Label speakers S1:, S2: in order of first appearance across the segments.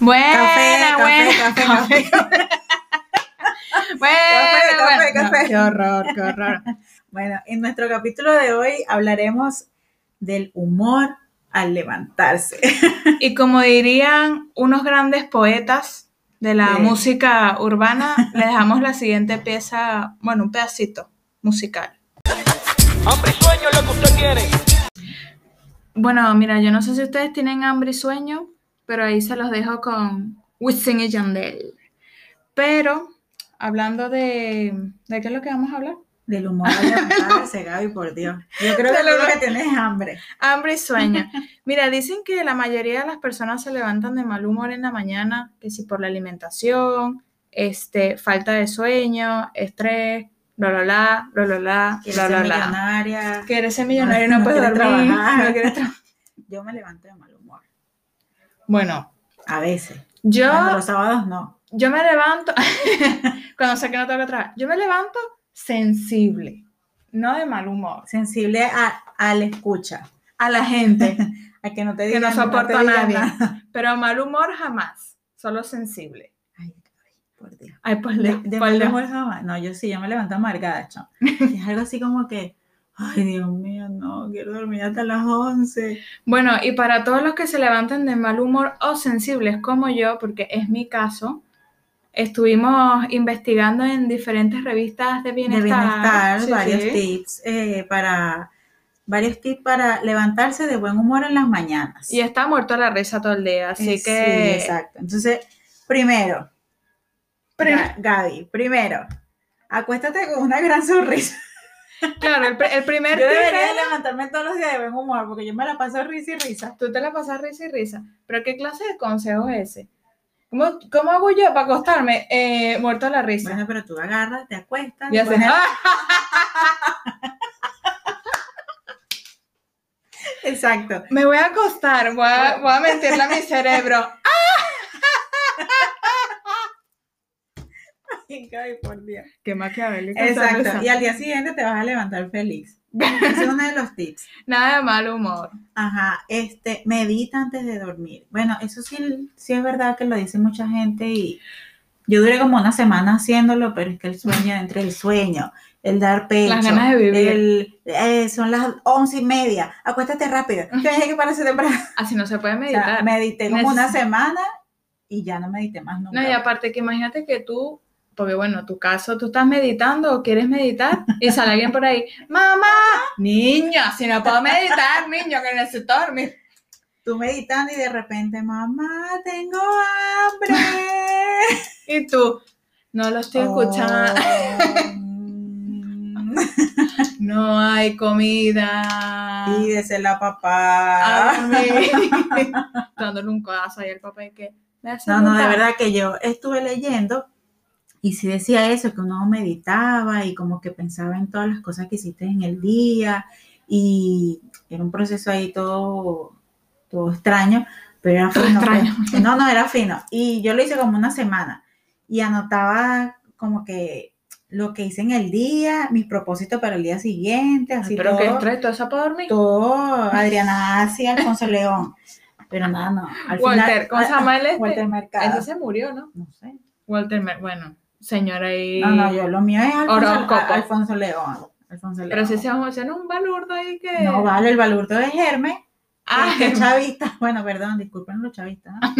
S1: Buena,
S2: Café,
S1: buena.
S2: café, café, café,
S1: Buena, buena.
S2: café, café, café.
S1: No, qué horror, qué horror.
S2: Bueno, en nuestro capítulo de hoy hablaremos del humor al levantarse.
S1: Y como dirían unos grandes poetas de la
S2: Sí.
S1: música urbana, le dejamos la siguiente pieza, bueno, un pedacito musical.
S3: Hambre y sueño es lo que usted tiene.
S1: Bueno, mira, yo no sé si ustedes tienen hambre y sueño, pero ahí se los dejo con Wisin y Yandel. Pero, hablando de... ¿De qué es lo que vamos a hablar?
S2: Del humor al levantarse, Gaby, por Dios. Yo creo que
S1: Te lo
S2: lo
S1: juro.
S2: que tienes es hambre.
S1: Hambre y sueño. Mira, dicen que la mayoría de las personas se levantan de mal humor en la mañana, que si por la alimentación, este, falta de sueño, estrés, bla bla bla, bla bla bla,
S2: Quieres
S1: bla bla
S2: ser
S1: bla.
S2: millonaria.
S1: Que eres millonario y
S2: No,
S1: no,
S2: no
S1: puedes
S2: quieres
S1: dormir,
S2: trabajar.
S1: no quieres tra-
S2: Yo me levanto de mal humor.
S1: Bueno,
S2: A veces.
S1: yo
S2: Cuando los sábados no.
S1: yo me levanto, cuando sé que no tengo que trabajar, yo me levanto sensible, no de mal humor,
S2: Sensible a, a la escucha.
S1: a la gente,
S2: A que no te
S1: que
S2: digan
S1: no
S2: te
S1: soporto a
S2: digan
S1: nadie,
S2: nada.
S1: pero mal humor jamás, solo sensible.
S2: Ay, Gaby, por Dios.
S1: Ay, pues
S2: De,
S1: le,
S2: de
S1: pues
S2: mal
S1: le-
S2: humor jamás. No, yo sí, yo me levanto amargada, chamo. Es algo así como que, ay, Dios mío, no, quiero dormir hasta las 11.
S1: Bueno, y para todos los que se levanten de mal humor o sensibles como yo, porque es mi caso, estuvimos investigando en diferentes revistas de
S2: De
S1: bienestar,
S2: bienestar,
S1: sí,
S2: varios
S1: sí,
S2: tips eh, para varios tips para levantarse de buen humor en las mañanas.
S1: y está muerto la risa todo el día, así
S2: Eh, Sí,
S1: que...
S2: exacto. Entonces, primero,
S1: Prim-
S2: Ga- Gaby, primero, acuéstate con una gran sonrisa.
S1: Claro, el, pr- el
S2: Yo
S1: primer tip es-
S2: debería de levantarme todos los días de buen humor porque yo me la paso risa y risa.
S1: Tú te la pasas risa y risa. Pero ¿qué clase de consejo es ese? ¿Cómo, cómo hago yo para acostarme eh, muerto a la risa?
S2: Bueno, pero tú agarras, te acuestas,
S1: y haces,
S2: pones-
S1: ¡ah!
S2: exacto.
S1: me voy a acostar, voy a, voy a mentirle a mi cerebro.
S2: Ay, Gaby, por Dios.
S1: Qué maquiavélico.
S2: Exacto. Y al día siguiente te vas a levantar feliz. Ese es uno de los tips.
S1: Nada de mal humor.
S2: Ajá, este, medita antes de dormir. Bueno, eso sí, sí es verdad que lo dice mucha gente y yo duré como una semana haciéndolo, pero es que el sueño entre el sueño, el dar pecho.
S1: Las ganas de vivir.
S2: el- eh, son las once y media, acuéstate rápido, tienes que pararse temprano.
S1: Así no se puede
S2: O sea,
S1: meditar.
S2: medité como una
S1: Neces-
S2: semana y ya no medité más nunca.
S1: No, y aparte que imagínate que tú, porque bueno, tu caso, tú estás meditando o quieres meditar y sale alguien por ahí, mamá, niño, si no puedo meditar, niño, que necesito dormir.
S2: Tú meditando y de repente, mamá, tengo hambre.
S1: Y tú, no lo estoy
S2: Oh.
S1: escuchando.
S2: escuchando.
S1: No hay comida.
S2: Pídesela, papá.
S1: Ábreme. Dándole un codazo ahí al papá y que. "Me hace
S2: No, no, de
S1: notar".
S2: verdad que yo estuve leyendo y sí decía eso, que uno meditaba y como que pensaba en todas las cosas que hiciste en el día y era un proceso ahí todo, todo extraño, pero era
S1: Todo
S2: fino.
S1: extraño.
S2: pues. No, no, era fino. Y yo lo hice como una semana y anotaba como que lo que hice en el día, mis propósitos para el día siguiente, así
S1: Pero
S2: todo
S1: que estrés, todo eso para dormir.
S2: todo Adriana Asia, Alfonso León. Pero nada, no. Al
S1: Walter, ¿cómo se
S2: final, ah,
S1: llama el este?
S2: Walter ah. Mercado.
S1: Ese se murió, ¿no?
S2: No sé.
S1: Walter, Mer- bueno, señor ahí.
S2: No, no, yo lo mío es Alfonso,
S1: Horóscopo.
S2: a- Alfonso León. Alfonso
S1: pues. Pero
S2: León.
S1: si se ese no es un balurdo ahí que.
S2: No vale, el balurdo de Germe.
S1: Ah,
S2: que es chavista. Bueno, perdón, disculpen los chavistas. ¿no?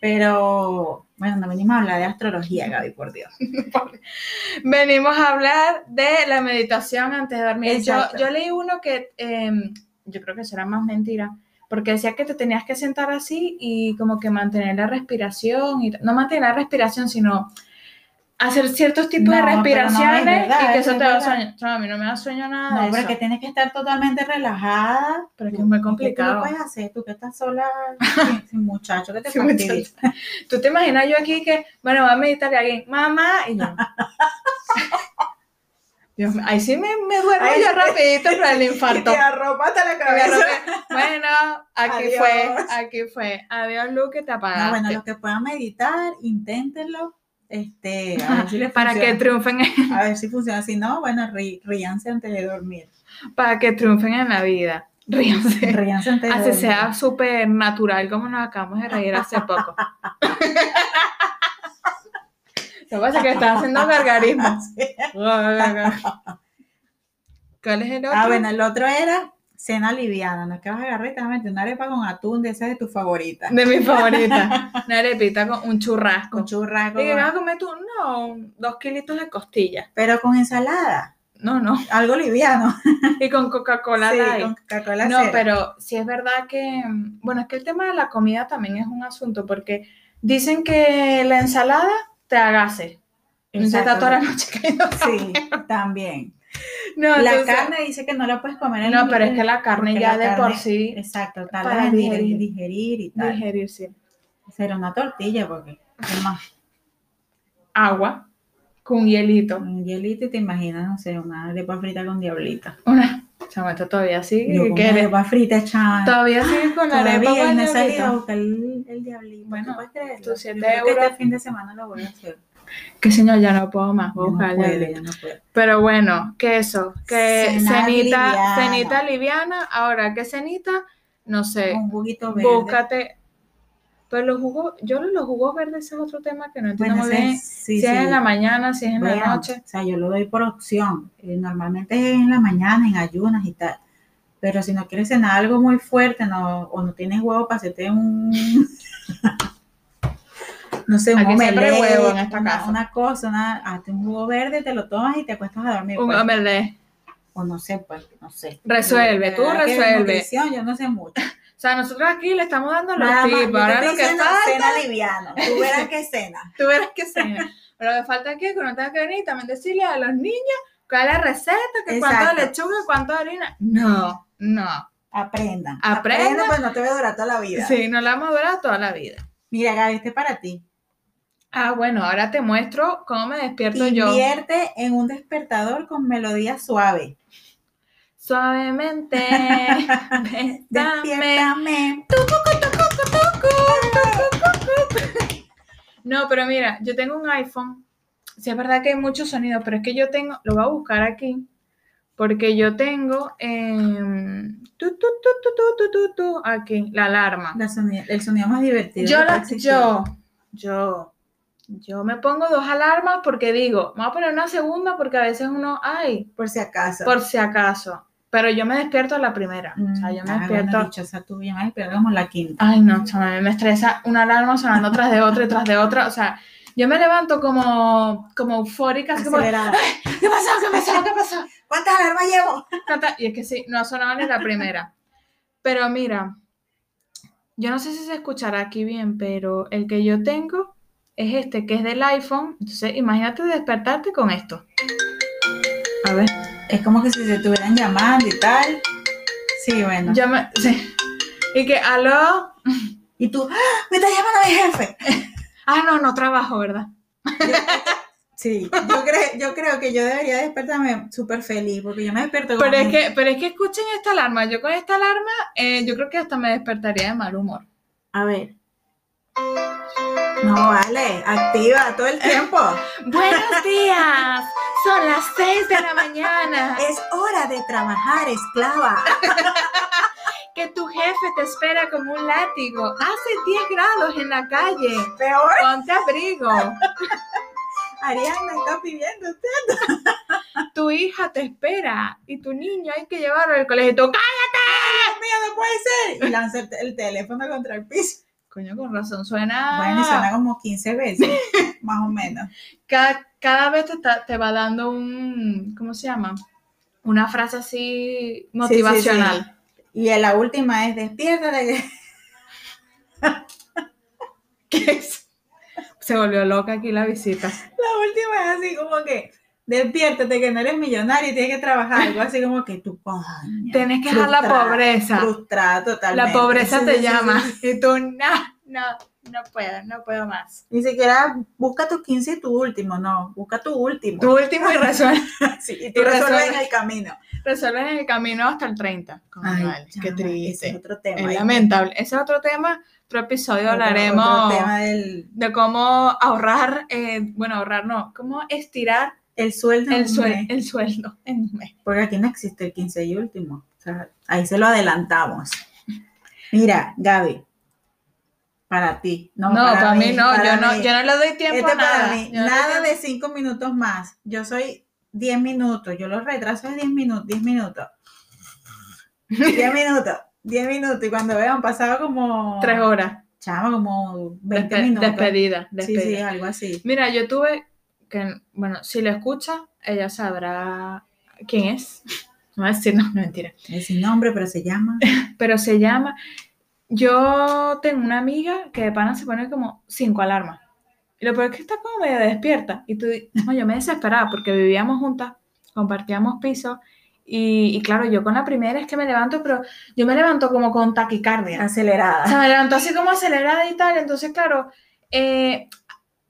S2: Pero, bueno, no venimos a hablar de astrología, Gaby, por Dios.
S1: Venimos a hablar de la meditación antes de dormir. Yo,
S2: Exacto.
S1: yo leí uno que eh, yo creo que será más mentira, porque decía que te tenías que sentar así y como que mantener la respiración, y, no mantener la respiración, sino hacer ciertos tipos de
S2: No, pero no, es
S1: respiraciones
S2: verdad,
S1: y que
S2: eso
S1: eso
S2: es
S1: te da
S2: verdad.
S1: sueño. No, a mí no me da sueño nada
S2: No,
S1: de
S2: pero
S1: Ah, eso.
S2: que tienes que estar totalmente relajada.
S1: Pero es que es muy
S2: ¿Qué
S1: complicado.
S2: tú lo puedes hacer? Tú que estás sola, sin, sin muchacho, que te
S1: Sí,
S2: fastidia.
S1: muchacho. Tú te imaginas yo aquí que, bueno, va a meditar y alguien, mamá, y yo. Dios mío, ahí sí me, me duermo
S2: Ahí
S1: yo
S2: sí.
S1: rapidito para el
S2: Y
S1: infarto.
S2: te arropa hasta la
S1: Me
S2: cabeza.
S1: arropé. Bueno, aquí
S2: Adiós.
S1: fue, aquí fue. Adiós, Lu, que te
S2: No,
S1: apagaste.
S2: bueno, los que puedan meditar, inténtenlo. Este, a ver si les
S1: para que
S2: funciona.
S1: triunfen,
S2: A ver si funciona. Si no, bueno, ri- ríanse antes de dormir.
S1: para que triunfen en la vida. Ríanse.
S2: Ríanse antes de
S1: Así
S2: dormir.
S1: sea súper natural como nos acabamos de reír hace poco. Lo que pasa es que estás haciendo gargarismo. ¿Cuál es el otro?
S2: Ah, bueno, el otro era cena liviana. No es que vas a agarrar y te vas a meter una arepa con atún de esa de tu favorita.
S1: De mis favoritas. Una arepita con un churrasco.
S2: Con churrasco.
S1: ¿Y qué
S2: con-
S1: vas a comer tú? No, un- dos kilitos de costilla.
S2: Pero con ensalada.
S1: No, no.
S2: Algo liviano.
S1: Y con Coca-Cola
S2: sí,
S1: Light.
S2: con Coca-Cola
S1: No,
S2: cero.
S1: pero sí es verdad que, mm, bueno, es que el tema de la comida también es un asunto, porque dicen que la ensalada te agase. Entonces está
S2: Exacto.
S1: toda la noche cayendo.
S2: Sí, también.
S1: No,
S2: La
S1: entonces-
S2: carne dice que no la puedes comer en
S1: No, pero es que la carne
S2: porque
S1: ya
S2: la
S1: de por
S2: carne-
S1: sí
S2: Exacto,
S1: Para
S2: tarda en digerir,
S1: digerir.
S2: digerir y tal.
S1: digerir sí.
S2: Será una tortilla porque es más,
S1: Agua con hielito.
S2: un hielito y te imaginas, no sé, una arepa frita con diablita.
S1: Una. Chama, esto todavía sigue.
S2: Yo
S1: ¿y
S2: con
S1: qué eres?
S2: arepa frita, chaval.
S1: Todavía sigue con la arepa.
S2: Todavía
S1: con
S2: no he salido a
S1: hielito?
S2: buscar el, el diablito.
S1: Bueno,
S2: ¿tú puedes creerlo?
S1: tus
S2: Yo
S1: siete
S2: creo que
S1: euros.
S2: este fin de semana lo voy a hacer.
S1: Que señor, ya no puedo más.
S2: Yo
S1: Voy a
S2: no
S1: buscar el
S2: puedo,
S1: hielito.
S2: yo no puedo.
S1: Pero bueno, que eso, que
S2: Cenar
S1: cenita,
S2: liviana.
S1: cenita liviana. Ahora, ¿qué cenita? No sé,
S2: Un juguito verde.
S1: búscate. Pero los jugos, yo los jugos verdes ese es otro tema que no entiendo
S2: Bueno,
S1: muy
S2: ese-
S1: bien.
S2: sí,
S1: si es en
S2: sí.
S1: la mañana, si es en la
S2: Bueno,
S1: noche.
S2: O sea, yo lo doy por opción. Eh, normalmente es en la mañana, en ayunas y tal. Pero si no quieres cenar algo muy fuerte no, o no tienes huevo para hacerte un... no sé, un
S1: Aquí siempre hay
S2: omelette,
S1: huevo en esta
S2: una,
S1: casa.
S2: una cosa, una, hazte un jugo verde, te lo tomas y te acuestas a dormir.
S1: Un
S2: pues.
S1: omelette.
S2: O no sé, pues, no sé.
S1: Resuelve,
S2: De
S1: tú
S2: verdad que de
S1: resuelve.
S2: nutrición yo no sé mucho.
S1: O sea, nosotros aquí le estamos dando los
S2: Nada más,
S1: tips.
S2: yo te
S1: Ahora
S2: estoy
S1: lo que
S2: diciendo,
S1: falta,
S2: cena liviano. Tú verás qué cena.
S1: tú verás que cena. Pero lo que falta aquí es que uno tenga que venir y también decirle a los niños cuál es la receta, que cuánto
S2: Exacto.
S1: de lechuga, cuánto de harina. No, no.
S2: Aprendan.
S1: Aprenda.
S2: pues no te voy a durar toda la vida.
S1: Sí, no la vamos a durar toda la vida.
S2: Mira, Gaby, este es para ti.
S1: Ah, bueno, ahora te muestro cómo me despierto yo.
S2: Invierte en un despertador con melodía suave.
S1: Suavemente. bésame.
S2: Despiértame.
S1: No, pero mira, yo tengo un iPhone. Sí, es verdad que hay mucho sonido, pero es que yo tengo, lo voy a buscar aquí, porque yo tengo em, tu, tu, tu, tu, tu, tu, tu, tu, aquí, la alarma.
S2: La soni- el sonido más divertido.
S1: Yo,
S2: que
S1: la-
S2: puede existir.
S1: yo, yo, yo me pongo dos alarmas porque digo, me voy a poner una segunda porque a veces uno, ay,
S2: Por si acaso.
S1: por si acaso. Pero yo me despierto a la primera.
S2: Mm,
S1: O sea, yo me
S2: ah, bueno,
S1: despierto.
S2: dichosa tú, yo me despierto como la quinta.
S1: Ay, no, chama, a mí me estresa una alarma sonando tras de otra y tras de otra. O sea, yo me levanto como, como eufórica, así como, ¿qué
S2: Acelerada.
S1: pasó? ¿Qué pasó? ¿Qué pasó?
S2: ¿Cuántas alarmas llevo?
S1: Ta, ta. Y es que sí, no ha sonado ni la primera. Pero mira, yo no sé si se escuchará aquí bien, pero el que yo tengo es este, que es del iPhone. Entonces, imagínate despertarte con esto. A ver.
S2: Es como que si se estuvieran llamando y tal. Sí, bueno.
S1: Yo me- sí. Y que, aló.
S2: Y tú, ¡Ah! me está llamando mi jefe.
S1: Ah, no, no trabajo, ¿verdad?
S2: Sí, yo, creo, yo creo que yo debería despertarme súper feliz porque yo me despierto como
S1: Pero es,
S2: mi-
S1: que, pero es que escuchen esta alarma. Yo con esta alarma, eh, yo creo que hasta me despertaría de mal humor.
S2: A ver. No, vale, activa todo el tiempo.
S1: Buenos días, son las 6 de la mañana.
S2: Es hora de trabajar, esclava.
S1: Que tu jefe te espera con un látigo. Hace 10 grados en la calle.
S2: Peor,
S1: Ponte abrigo.
S2: Ariana está pidiendo usted.
S1: Tu hija te espera y tu niño hay que llevarlo al colegio. Y tú, ¡ca-
S2: Dios mío, no puede ser. Y lanza el, te- el teléfono contra el piso.
S1: Coño, con razón suena.
S2: Bueno, y suena como 15 veces, más o menos.
S1: Cada, cada vez te, está- te va dando un. ¿Cómo se llama? Una frase así motivacional.
S2: Y la última es despiértate.
S1: ¿Qué es? Se volvió loca aquí la visita.
S2: La última es así como que despiértate que no eres millonario y tienes que trabajar. Algo así como que tú coño.
S1: Tienes que dejar la
S2: Frustrada,
S1: pobreza.
S2: Frustrada totalmente.
S1: La pobreza
S2: Sí,
S1: te
S2: sí, sí,
S1: llama.
S2: sí, sí.
S1: Y tú, no, no, no puedo, no puedo más.
S2: Ni siquiera busca tu 15 y tu último, no, busca tu último.
S1: Tu último y resuelve,
S2: Sí, y
S1: y
S2: tú resuelves en
S1: resuelves.
S2: el camino.
S1: resuelves en el camino hasta el 30. Coño, vale, qué
S2: chama, Ese es
S1: triste.
S2: otro tema.
S1: Es
S2: ahí.
S1: lamentable. Ese es otro tema. Otro episodio
S2: Otro-
S1: hablaremos
S2: otro tema del
S1: de cómo ahorrar, eh, bueno, ahorrar no, cómo estirar
S2: el sueldo. Eh, en
S1: el,
S2: un
S1: suel-
S2: mes,
S1: el sueldo en un mes.
S2: Porque aquí no existe el 15 y último. O sea, ahí se lo adelantamos. Mira, Gaby, para ti. No,
S1: No, para, mí, no,
S2: para
S1: yo no,
S2: mí.
S1: yo no le doy tiempo
S2: Este
S1: a nada.
S2: para mí,
S1: Yo no le
S2: nada
S1: doy-
S2: de cinco minutos más. Yo soy 10 minutos. Yo los retraso de 10 minutos, 10 minutos. 10 minutos, 10 minutos. Y cuando veo, han pasado como.
S1: tres horas.
S2: Chama, como 20
S1: Despe-
S2: minutos.
S1: Despedida,
S2: Sí,
S1: despedida.
S2: sí, algo así.
S1: Mira, yo tuve que, bueno, si la escucha, ella sabrá quién es. No voy a decir, no, no, mentira.
S2: Es sin nombre, pero se llama.
S1: Pero se llama. Yo tengo una amiga que de pana se pone como cinco alarmas. Y lo peor es que está como medio despierta. Y tú, di- no, yo me desesperaba porque vivíamos juntas, compartíamos piso. Y, y claro, yo con la primera es que me levanto, pero yo me levanto como con taquicardia. O
S2: Acelerada.
S1: sea, me levantó así como acelerada y tal. Entonces, claro, eh,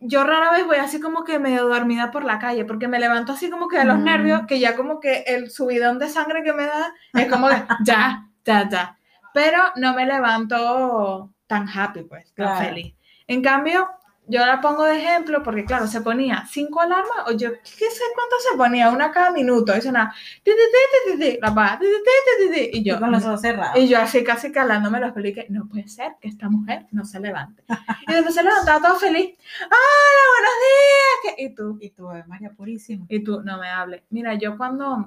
S1: yo rara vez voy así como que medio dormida por la calle, porque me levanto así como que de los
S2: Mm.
S1: nervios, que ya como que el subidón de sangre que me da es como que ya, ya, ya. Pero no me levanto tan happy, pues, tan
S2: Claro.
S1: feliz. En cambio, yo la pongo de ejemplo porque, claro, se ponía cinco alarmas, o yo, qué sé cuánto se ponía, una cada minuto, y sonaba, ti, ti, ti, ti, ti, ti, la apagaba, ti, ti, ti, ti, ti, y
S2: Y
S1: yo,
S2: con los ojos cerrados.
S1: y yo así casi calándome los pelos y que no puede ser que esta mujer no se levante. Y después se levantaba todo feliz. ¡Hola, buenos días! que- Y tú,
S2: Y tú, eh, María Purísima.
S1: y tú, no me hables. Mira, yo cuando,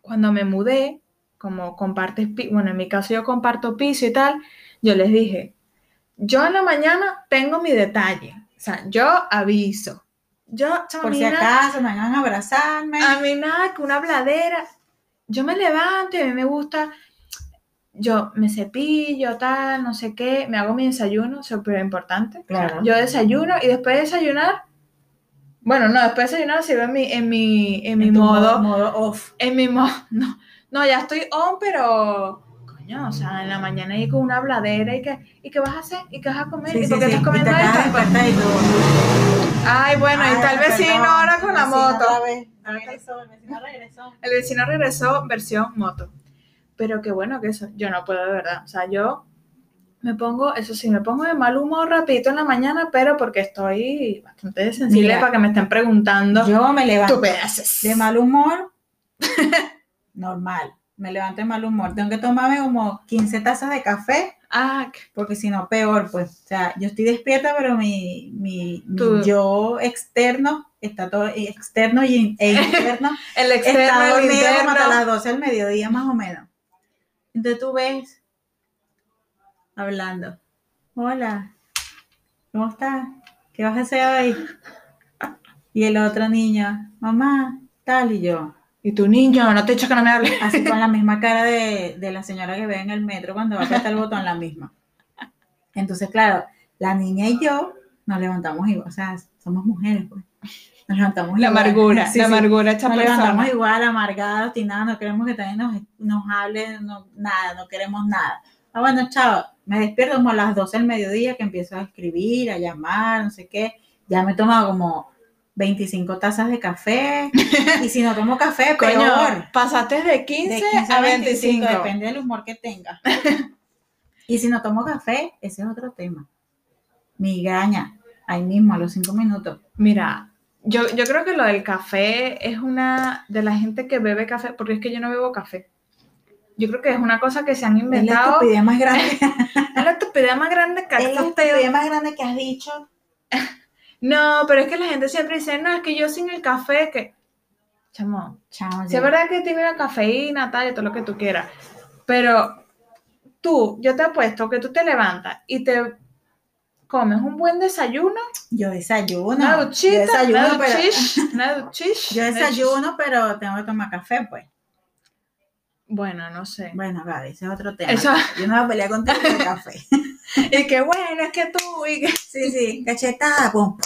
S1: cuando me mudé, como compartes, pi- bueno, en mi caso yo comparto piso y tal, yo les dije, yo en la mañana tengo mi detalle. O sea, yo aviso. Yo,
S2: Por si
S1: chamina,
S2: acaso, me van a abrazarme.
S1: a mí nada, que una bladera. Yo me levanto y a mí me gusta. Yo me cepillo, tal, no sé qué. Me hago mi desayuno, súper importante.
S2: Claro.
S1: Yo desayuno y después de desayunar. Bueno, no, después de desayunar sigo en mi, en mi, en mi
S2: En tu
S1: modo.
S2: modo off.
S1: En mi modo. No, no, ya estoy on, pero. Coño, o sea, en la mañana ir con una bladera y que, ¿y qué vas a hacer? ¿Y qué vas a comer?
S2: Sí,
S1: ¿Y
S2: sí,
S1: por qué
S2: sí.
S1: estás
S2: Y te
S1: comiendo
S2: acabas de
S1: esto?
S2: despertar y tú-
S1: Ay, bueno, y
S2: Ay,
S1: tal
S2: perdón,
S1: vecino ahora con la
S2: vecino
S1: moto.
S2: otra vez. Regresó, el vecino regresó.
S1: El vecino regresó versión moto. Pero qué bueno que eso, yo no puedo de verdad. O sea, yo me pongo, eso sí, me pongo de mal humor rapidito en la mañana, pero porque estoy bastante sensible
S2: Mira,
S1: para que me estén preguntando.
S2: Yo me
S1: Tú
S2: levanto
S1: pedaces.
S2: de mal humor, normal. Me levanto de mal humor. Tengo que tomarme como 15 tazas de café,
S1: Ah, qué-
S2: porque si no, peor, pues. O sea, yo estoy despierta, pero mi, mi, mi
S1: Tú-
S2: yo externo, está todo externo y, e interno,
S1: el
S2: está
S1: externo, el
S2: dormido como hasta
S1: interno.
S2: las 12 del mediodía, más o menos. Entonces tú ves hablando. Hola, ¿cómo estás? ¿Qué vas a hacer hoy? Y el otro niño, mamá, tal y yo.
S1: Y tu niño, no te eches que no me hables.
S2: Así con la misma cara de, de la señora que ve en el metro cuando va a apretar el botón, la misma. Entonces, claro, la niña y yo nos levantamos igual, o sea, somos mujeres, pues. Nos levantamos
S1: La
S2: igual.
S1: amargura,
S2: Sí,
S1: la
S2: sí.
S1: amargura esta
S2: Nos levantamos
S1: persona.
S2: igual, amargadas, obstinadas, no queremos que también nos, nos hable no- nada, no queremos nada. Ah, bueno, chao, me despierto como a las 12 del mediodía que empiezo a escribir, a llamar, no sé qué. Ya me he tomado como 25 tazas de café y si no tomo café, peor.
S1: Coño, pasaste de 15,
S2: De 15
S1: a 25.
S2: depende del humor que tenga. y si no tomo café, ese es otro tema. Migraña, ahí mismo, a los 5 minutos.
S1: Mira, yo, yo creo que lo del café es una de la gente que bebe café, porque es que yo no bebo café. Yo creo que es una cosa que se han
S2: Es la
S1: inventado.
S2: estupidez más grande
S1: Es la estupidez más grande que
S2: Es la
S1: estos
S2: estupidez
S1: pedos.
S2: más grande que has dicho.
S1: No, pero es que la gente siempre dice, no, es que yo sin el café, que. Chamo,
S2: Chao,
S1: si es verdad que tiene la cafeína, tal, y todo lo que tú quieras. Pero tú, yo te apuesto que tú te levantas y te comes un buen desayuno,
S2: Yo desayuno.
S1: una
S2: yo
S1: duchita,
S2: desayuno,
S1: una
S2: pero,
S1: duchis, una duchis.
S2: yo
S1: una duchis.
S2: desayuno, pero tengo que tomar café, pues.
S1: Bueno, no sé.
S2: Bueno, Gaby, ese es otro tema.
S1: Eso-
S2: Yo no voy a pelear contigo por el café.
S1: Y que bueno, es que tú. Y que...
S2: Sí, sí, cachetada, pum.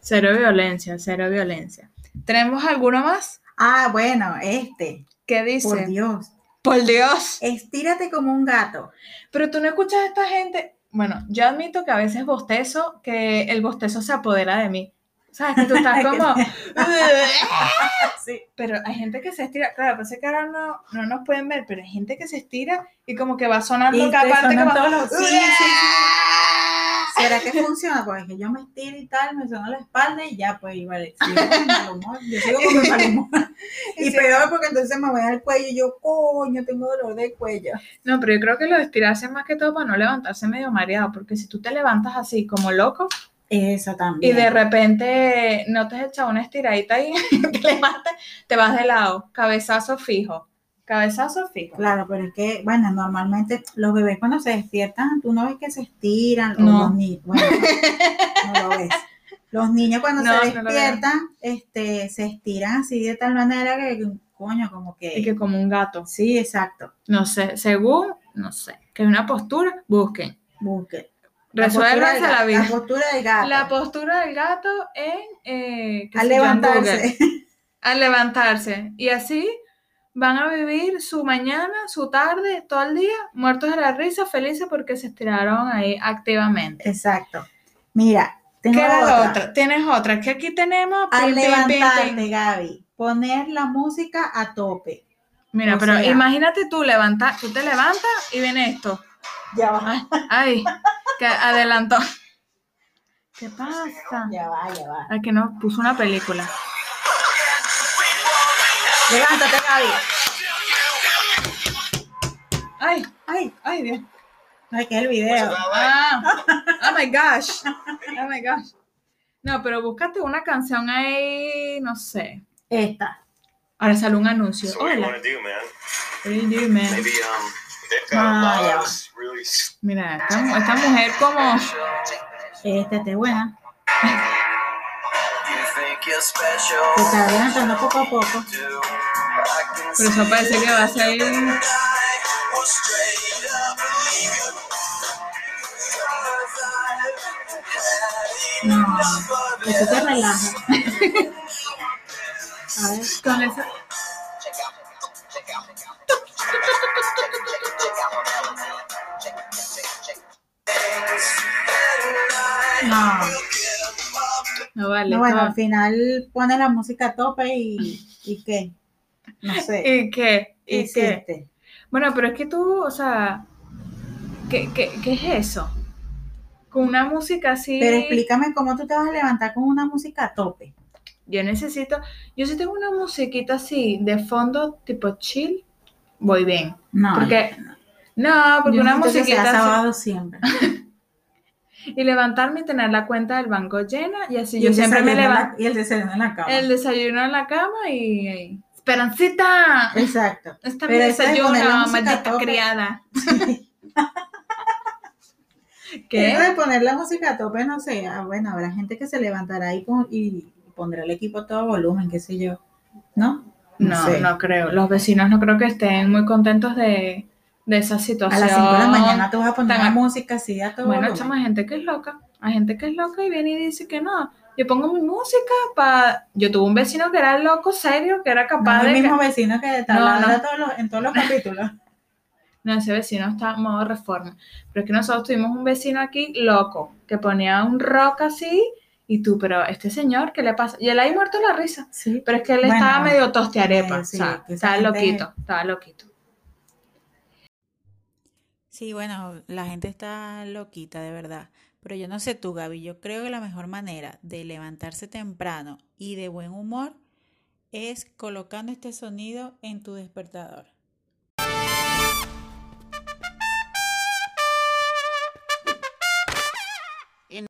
S1: Cero violencia, cero violencia. ¿Tenemos alguno más?
S2: Ah, bueno, este.
S1: ¿Qué
S2: Por
S1: dice?
S2: Dios.
S1: Por Dios.
S2: Estírate como un gato.
S1: Pero tú no escuchas a esta gente. Bueno, yo admito que a veces bostezo, que el bostezo se apodera de mí. ¿Sabes? Que tú estás como.
S2: Sí.
S1: pero hay gente que se estira. Claro, parece que ahora no, no nos pueden ver, pero hay gente que se estira y como que va sonando
S2: Y
S1: cada
S2: te
S1: parte
S2: sonan
S1: como.
S2: todos los- sí, sí, sí. ¿Será que funciona? Porque es que yo me estiro y tal, me sonó la espalda y ya, pues, y vale, sigo con mi mal humor, yo sigo con mi mal humor.
S1: Sí.
S2: Y peor porque entonces me voy al cuello y yo, coño, tengo dolor de cuello.
S1: No, pero yo creo que lo de estirarse es más que todo para no levantarse medio mareado, porque si tú te levantas así como loco
S2: Eso
S1: y
S2: también.
S1: de repente no te has echado una estiradita ahí, te levantas, te vas de lado, cabezazo fijo, cabezazo fijo.
S2: Claro, pero es que, bueno, normalmente los bebés cuando se despiertan, tú no ves que se estiran, o
S1: No.
S2: los ni- bueno, no lo ves. Los niños cuando
S1: No,
S2: se
S1: no lo veo.
S2: despiertan, este, se estiran así de tal manera que, que, coño, como que,
S1: Y que como un gato,
S2: sí, exacto,
S1: no sé, según, no sé, que es una postura, busquen.
S2: busque. La postura
S1: Resuélvanse
S2: del
S1: la
S2: gato,
S1: vida.
S2: La postura del gato.
S1: La postura del gato en... eh, qué
S2: al
S1: sé yo, en Google.
S2: levantarse.
S1: al levantarse. Y así van a vivir su mañana, su tarde, todo el día, muertos de la risa, felices porque se estiraron ahí activamente.
S2: Exacto. Mira, tengo
S1: ¿Qué era
S2: otra.
S1: la otra? Tienes otra, que aquí tenemos.
S2: Al
S1: pim, pim, pim, pim.
S2: levantarte, Gaby, poner la música a tope.
S1: Mira,
S2: o
S1: pero
S2: sea-
S1: imagínate tú levantar, tú te levantas y viene esto.
S2: Ya va,
S1: Ay, ay, que adelantó. ¿Qué pasa?
S2: ya va, ya va.
S1: Ay, que nos puso una película.
S2: Levántate, Gaby.
S1: Ay,
S2: Ay,
S1: ay, Dios.
S2: ay, que el video.
S1: Ah, oh my gosh. Oh my gosh. No, pero búscate una canción ahí, no sé.
S2: Esta.
S1: Ahora sale un anuncio.
S2: Oh,
S4: So what do you
S1: Hola.
S4: want to do, man?
S1: what do you do, man?
S4: Maybe um, they've got a
S2: Ah,
S4: lot
S2: yeah.
S4: of this really
S1: Mira, esta, esta mujer como.
S2: Esta está buena.
S5: You think you're special
S2: Se está adelantando poco a poco.
S5: too. I can
S1: Pero eso parece que va a ser
S5: I
S1: un-
S5: will straight up leave you. Cause I had
S2: No.
S5: enough of it.
S2: Esto te relaja. A ver.
S1: con esa-
S2: No.
S1: No vale.
S2: No, bueno,
S1: no.
S2: al final pone la música a tope y, y qué. No sé.
S1: ¿Y qué? ¿Y qué?
S2: hiciste?
S1: Bueno, pero es que tú, o sea. ¿Qué, qué, qué es eso? Con una música así.
S2: Pero explícame cómo tú te vas a levantar con una música a tope.
S1: Yo necesito. Yo si tengo una musiquita así de fondo, tipo chill, voy bien.
S2: No.
S1: Porque, no, porque
S2: yo
S1: una
S2: necesito que sea
S1: musiquita así,
S2: sábado siempre.
S1: y levantarme y tener la cuenta del banco llena y así
S2: Y
S1: yo
S2: el
S1: siempre me
S2: desayuno en la-
S1: levanto
S2: Y el desayuno en la cama.
S1: el desayuno en la cama y, y, Esperancita,
S2: Exacto.
S1: está mi
S2: Pero eso es
S1: desayuno,
S2: poner la música a
S1: maldita
S2: tope.
S1: criada.
S2: Eso
S1: ¿Qué?
S2: de poner la música a tope, no sé. ah, bueno, habrá gente que se levantará y, pon- y pondrá el equipo a todo volumen, qué sé yo. ¿No?
S1: No,
S2: sé.
S1: no creo. Los vecinos no creo que estén muy contentos de, de esa
S2: A
S1: situación.
S2: las 5 de la mañana tú vas a poner
S1: tan-
S2: la música así a todo
S1: Bueno,
S2: volumen.
S1: chama, hay gente que es loca. Hay gente que es loca y viene y dice que no. Yo pongo mi música para. Yo tuve un vecino que era loco, serio, que era
S2: No
S1: capaz
S2: es el
S1: de.
S2: mismo vecino que te
S1: No,
S2: hablaba
S1: no.
S2: todos los- en todos los capítulos.
S1: No, ese vecino está en modo reforma. Pero es que nosotros tuvimos un vecino aquí loco, que ponía un rock así, y tú, pero este señor, ¿qué le pasa? Y él ahí muerto la risa.
S2: Sí.
S1: Pero es que él
S2: Bueno,
S1: estaba medio tostearepa,
S2: eh, sí,
S1: o sea,
S2: que
S1: estaba
S2: esa gente-
S1: loquito, estaba loquito.
S2: Sí, bueno, la gente está loquita, de verdad. Pero yo no sé tú, Gaby, yo creo que la mejor manera de levantarse temprano y de buen humor es colocando este sonido en tu despertador.